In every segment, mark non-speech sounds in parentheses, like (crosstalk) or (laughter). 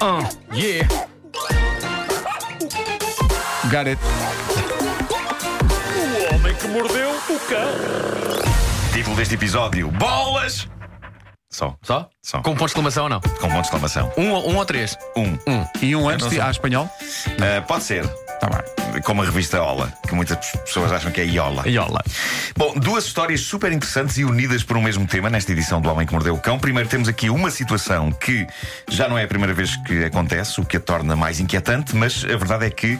Uh, yeah. Got it. O homem que mordeu o cão. Título deste episódio: Bolas! Só. Só? Só. Com ponto de exclamação ou não? Com um ponto de exclamação. Um, ou- um ou três? Um. E um antes de, ah, espanhol? Ah, pode ser. Tá bem. Como a revista Ola, que muitas pessoas acham que é Iola. Iola. Bom, duas histórias super interessantes e unidas por um mesmo tema nesta edição do Homem que Mordeu o Cão. Primeiro temos aqui uma situação que já não é a primeira vez que acontece, o que a torna mais inquietante, mas a verdade é que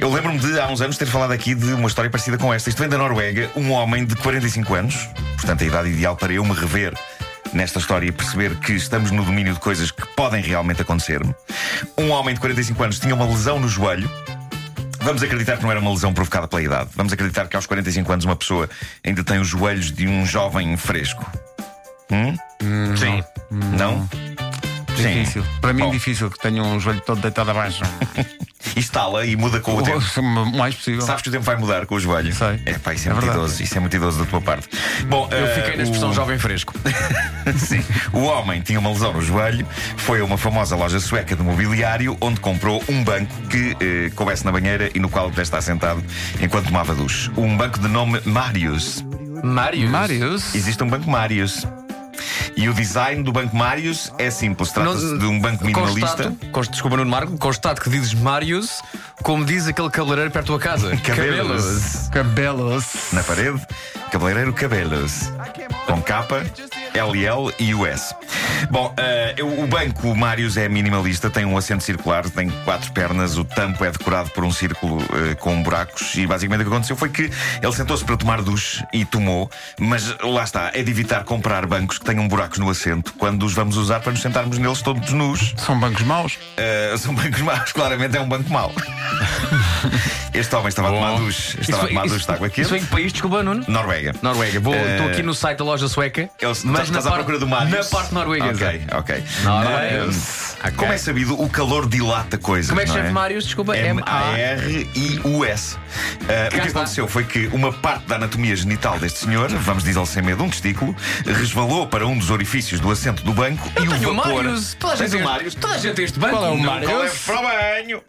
eu lembro-me de há uns anos ter falado aqui de uma história parecida com esta. Isto vem da Noruega, um homem de 45 anos, portanto a idade ideal para eu me rever nesta história e perceber que estamos no domínio de coisas que podem realmente acontecer-me. Um homem de 45 anos tinha uma lesão no joelho. Vamos acreditar que não era uma lesão provocada pela idade. Vamos acreditar que aos 45 anos uma pessoa ainda tem os joelhos de um jovem fresco. Hum? Sim. Hum, Não? Sim. Difícil. Para mim, Bom. difícil que tenha um joelho todo deitado abaixo. Instala e muda com o tempo. (laughs) O mais possível. Sabes que o tempo vai mudar com o joelho. Oh. Sei. É, pá, isso é, É muito verdade. idoso. Isso é muito idoso da tua parte. Bom, Eu fiquei na expressão jovem fresco. Sim. O homem tinha uma lesão no joelho, foi a uma famosa loja sueca de mobiliário onde comprou um banco que eh, coubesse na banheira e no qual já está sentado enquanto tomava duche. Um banco de nome Marius. Mário. Marius? Existe um banco Marius. E o design do banco Marius é simples. Trata-se Não- de um banco minimalista. Constato, const- desculpa, Nuno Marco, constato que dizes Marius, como diz aquele cabeleireiro perto da tua (laughs) casa. Cabelos. Na parede, cabeleireiro cabelos. Com capa, LL e US. Bom, eh, eu- o banco Marius é minimalista, tem um assento circular, tem quatro pernas, o tampo é decorado por um círculo eh, com buracos e basicamente o que aconteceu foi que ele sentou-se para tomar duche e tomou, mas lá está, é de evitar comprar bancos que tenham buracos no assento quando os vamos usar para nos sentarmos neles todos nus. São bancos maus? Uh, são bancos maus, claramente é um (laughs) banco mau. este homem estava a tomar duche, estava a tomar duche de água isso quente. em que país, desculpa, Nuno? Noruega. Noruega. Vou- Eh, Estou aqui no site da loja sueca, Eu- mas estás na à parte, procura do Marius? na parte norueguesa. Ok, ok. Norueguesa. Eh, Como é sabido, o calor dilata coisas. Como é que não escreve Marius? Desculpa, M-A. M-A-R-I-U-S. Eh, o Cá que está. aconteceu foi que uma parte da anatomia genital deste senhor, vamos dizê-lo sem medo, um testículo, resvalou para um dos orifícios do assento do banco e Eu tenho o o vapor. Marius. Toda a Tens gente o tem- Marius. Toda a gente tem este banco. Qual é o Não, Marius? qual Qual é é- para o banho?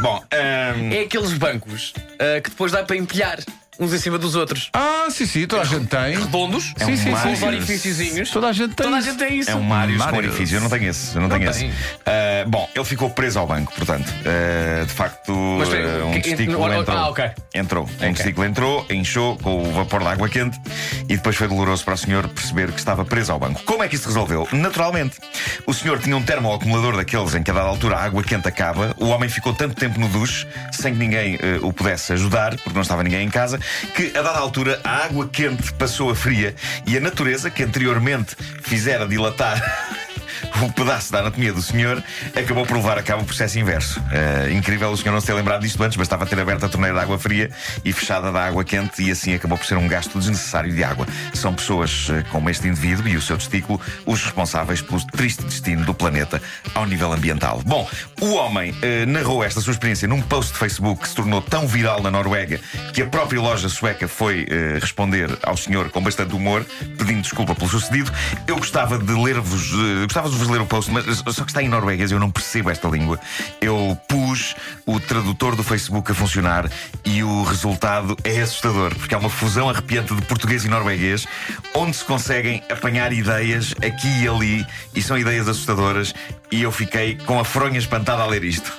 Bom, ehm, É aqueles bancos ah, que depois dá para empilhar uns em cima dos outros. Ah, sim, sim, toda a gente tem. Redondos, um sim, sim, com É Marius. os orifíciozinhos. Toda a gente tem. Toda a isso. gente tem isso. É um Marius, com Marius. orifício. Eu não tenho esse. Eu não, tenho tem. esse. Ah, bom, ele ficou preso ao banco, portanto. Ah, de facto, espera, ah, um que- testículo ah, entrou. ok. Entrou. Um testículo entrou, inchou com o vapor da água quente e depois foi doloroso para o senhor perceber que estava preso ao banco. Como é que isto resolveu? Naturalmente. O senhor tinha um termoacumulador daqueles em que a dada altura a água quente acaba. O homem ficou tanto tempo no duche, sem que ninguém eh, o pudesse ajudar, porque não estava ninguém em casa, que a dada altura a água quente passou a fria e a natureza, que anteriormente fizera dilatar. (laughs) O pedaço da anatomia do senhor acabou por levar a cabo o processo inverso. Eh, incrível o senhor não se ter lembrado disto antes, bastava ter aberto a torneira de água fria e fechada da água quente, e assim acabou por ser um gasto desnecessário de água. São pessoas eh, como este indivíduo e o seu testículo os responsáveis pelo triste destino do planeta ao nível ambiental. Bom, o homem eh, narrou esta sua experiência num post de Facebook que se tornou tão viral na Noruega que a própria loja sueca foi eh, responder ao senhor com bastante humor, pedindo desculpa pelo sucedido. Eu gostava de ler-vos, eh, gostava de vos ler o post, mas eh, só que está em norueguês, eu não percebo esta língua. Eu pus o tradutor do Facebook a funcionar e o resultado é assustador, porque há uma fusão arrepiante de português e norueguês, onde se conseguem apanhar ideias aqui e ali, e são ideias assustadoras, e eu fiquei com a fronha espantada a ler isto.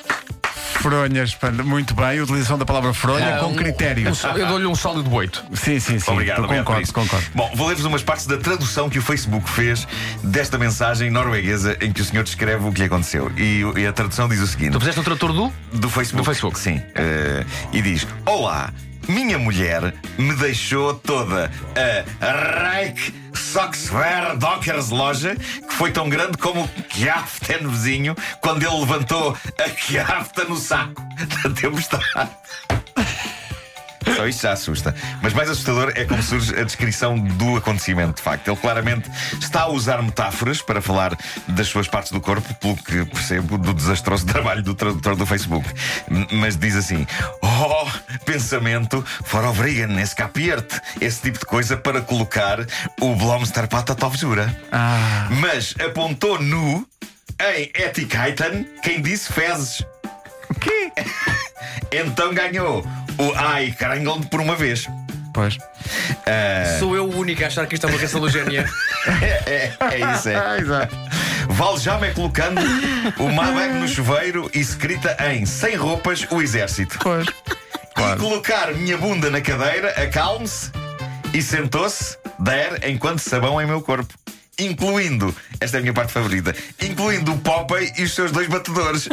Fronhas, pá, muito bem. Utilização da palavra fronha Ah, com um- critério. um só- eu dou-lhe um sólido oito. Sim, sim, sim. Obrigado, concordo, obrigado por isso. concordo. Bom, vou ler-vos umas partes da tradução que o Facebook fez desta mensagem norueguesa em que o senhor descreve o que lhe aconteceu. E, e a tradução diz o seguinte: Tu fizeste um trator do? do Facebook. Do Facebook. Sim. eh, e diz: Olá, minha mulher me deixou toda a Reich Soxware Dockers loja, que foi tão grande como o Kjaften vizinho, quando ele levantou a Kjafta no saco (laughs) da tempestade. Só isto já assusta. Mas mais assustador é como surge a descrição do acontecimento, de facto. Ele claramente está a usar metáforas para falar das suas partes do corpo, pelo que percebo do desastroso (laughs) trabalho do tradutor do Facebook. M- Mas diz assim: Oh, pensamento, forobrigan, escapierte, esse tipo de coisa para colocar o Blomster Patatov Jura. Ah. Mas apontou nu Em Etiquetan, quem disse fezes? Quê? Então ganhou o Ai Carangonde por uma vez. Pois. Sou eu o único a achar que isto é uma (laughs) cancelogénia. É, é isso, é. Ah, exato. Valjama é colocando o Madag no chuveiro e escrita em Sem roupas o exército. Pois. E colocar minha bunda na cadeira, acalme-se e sentou-se, der enquanto sabão em meu corpo. Incluindo, esta é a minha parte favorita, incluindo o Popeye e os seus (laughs) dois batedores.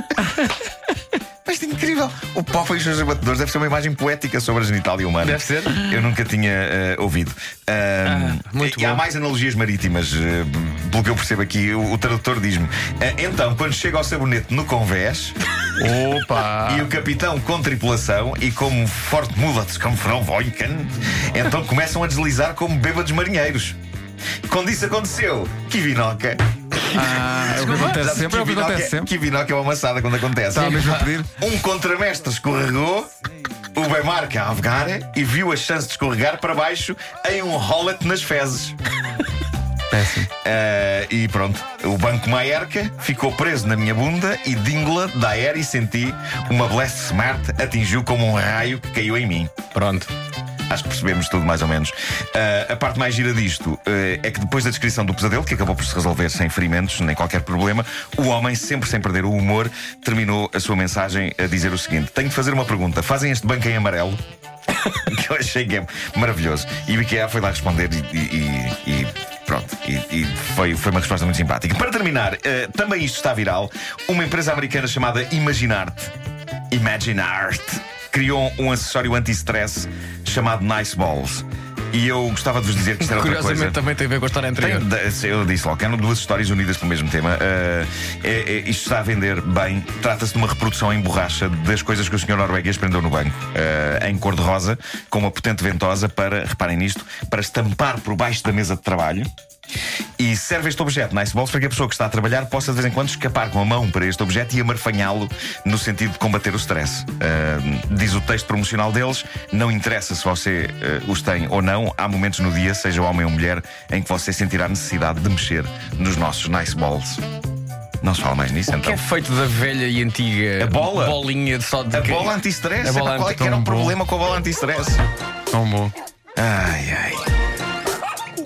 Mas é incrível! O Popeye e os seus dois batedores deve ser uma imagem poética sobre a genitália humana. Deve ser. Ah, Eu nunca tinha eh, ouvido. Ahm, muito e há bom. mais analogias marítimas, eh, pelo que eu percebo aqui. O, o tradutor diz-me: "Ah, então, quando chega ao sabonete no convés. Opa! E o capitão com tripulação e como um forte mula de Voinken, então começam a deslizar como bêbados marinheiros. Quando isso aconteceu, Kivinoca. Ah, é o que acontece Sabe, sempre, é o que Kivinoca- acontece sempre. Tá Kivinoca é uma amassada quando acontece. Está mesmo a pedir. Um contramestre escorregou, o Bemarca a navegar e viu a chance de escorregar para baixo em um rollet nas fezes. Péssimo. Eh, e pronto, o Banco Maerca ficou preso na minha bunda e dingla da aérea e senti uma Blast Smart atingiu como um raio que caiu em mim. Pronto. Acho que percebemos tudo mais ou menos. Ah, a parte mais gira disto eh, é que depois da descrição do pesadelo, que acabou por se resolver sem ferimentos nem qualquer problema, o homem, sempre sem perder o humor, terminou a sua mensagem a dizer o seguinte: Tenho de fazer uma pergunta. Fazem este banco em amarelo? que (laughs) eu achei que é maravilhoso. E o IKEA foi lá responder e. e- e- e Pronto, e, e foi, foi uma resposta muito simpática. Para terminar, eh, também isto está viral. Uma empresa americana chamada Imaginarte Imagine Art criou um acessório anti-stress chamado Nice Balls. E eu gostava de vos dizer que isto era outra coisa. Curiosamente também tem a ver com a história Tem- anterior. de- eu disse logo, eram duas histórias unidas pelo mesmo tema. Ah, é- é- isto está a vender bem. Trata-se de uma reprodução em borracha das coisas que o senhor norueguês prendeu no banco, ah, em cor de rosa, com uma potente ventosa para, reparem nisto, para estampar por baixo da mesa de trabalho. E serve este objeto, Nice Balls, para que a pessoa que está a trabalhar possa de vez em quando escapar com a mão para este objeto e amarfanhá-lo no sentido de combater o stress. Ah, diz o texto promocional deles: não interessa se você eh, os tem ou não, há momentos no dia, seja homem ou mulher, em que você sentirá necessidade de mexer nos nossos Nice Balls. Não se fala mais nisso, Que então. é feito da velha e antiga A bola? bolinha de só de A bola anti-stress? A bola Epá, Qual é anti- que era o tão bom. problema com a bola anti-stress? Tão bom. Ai, ai.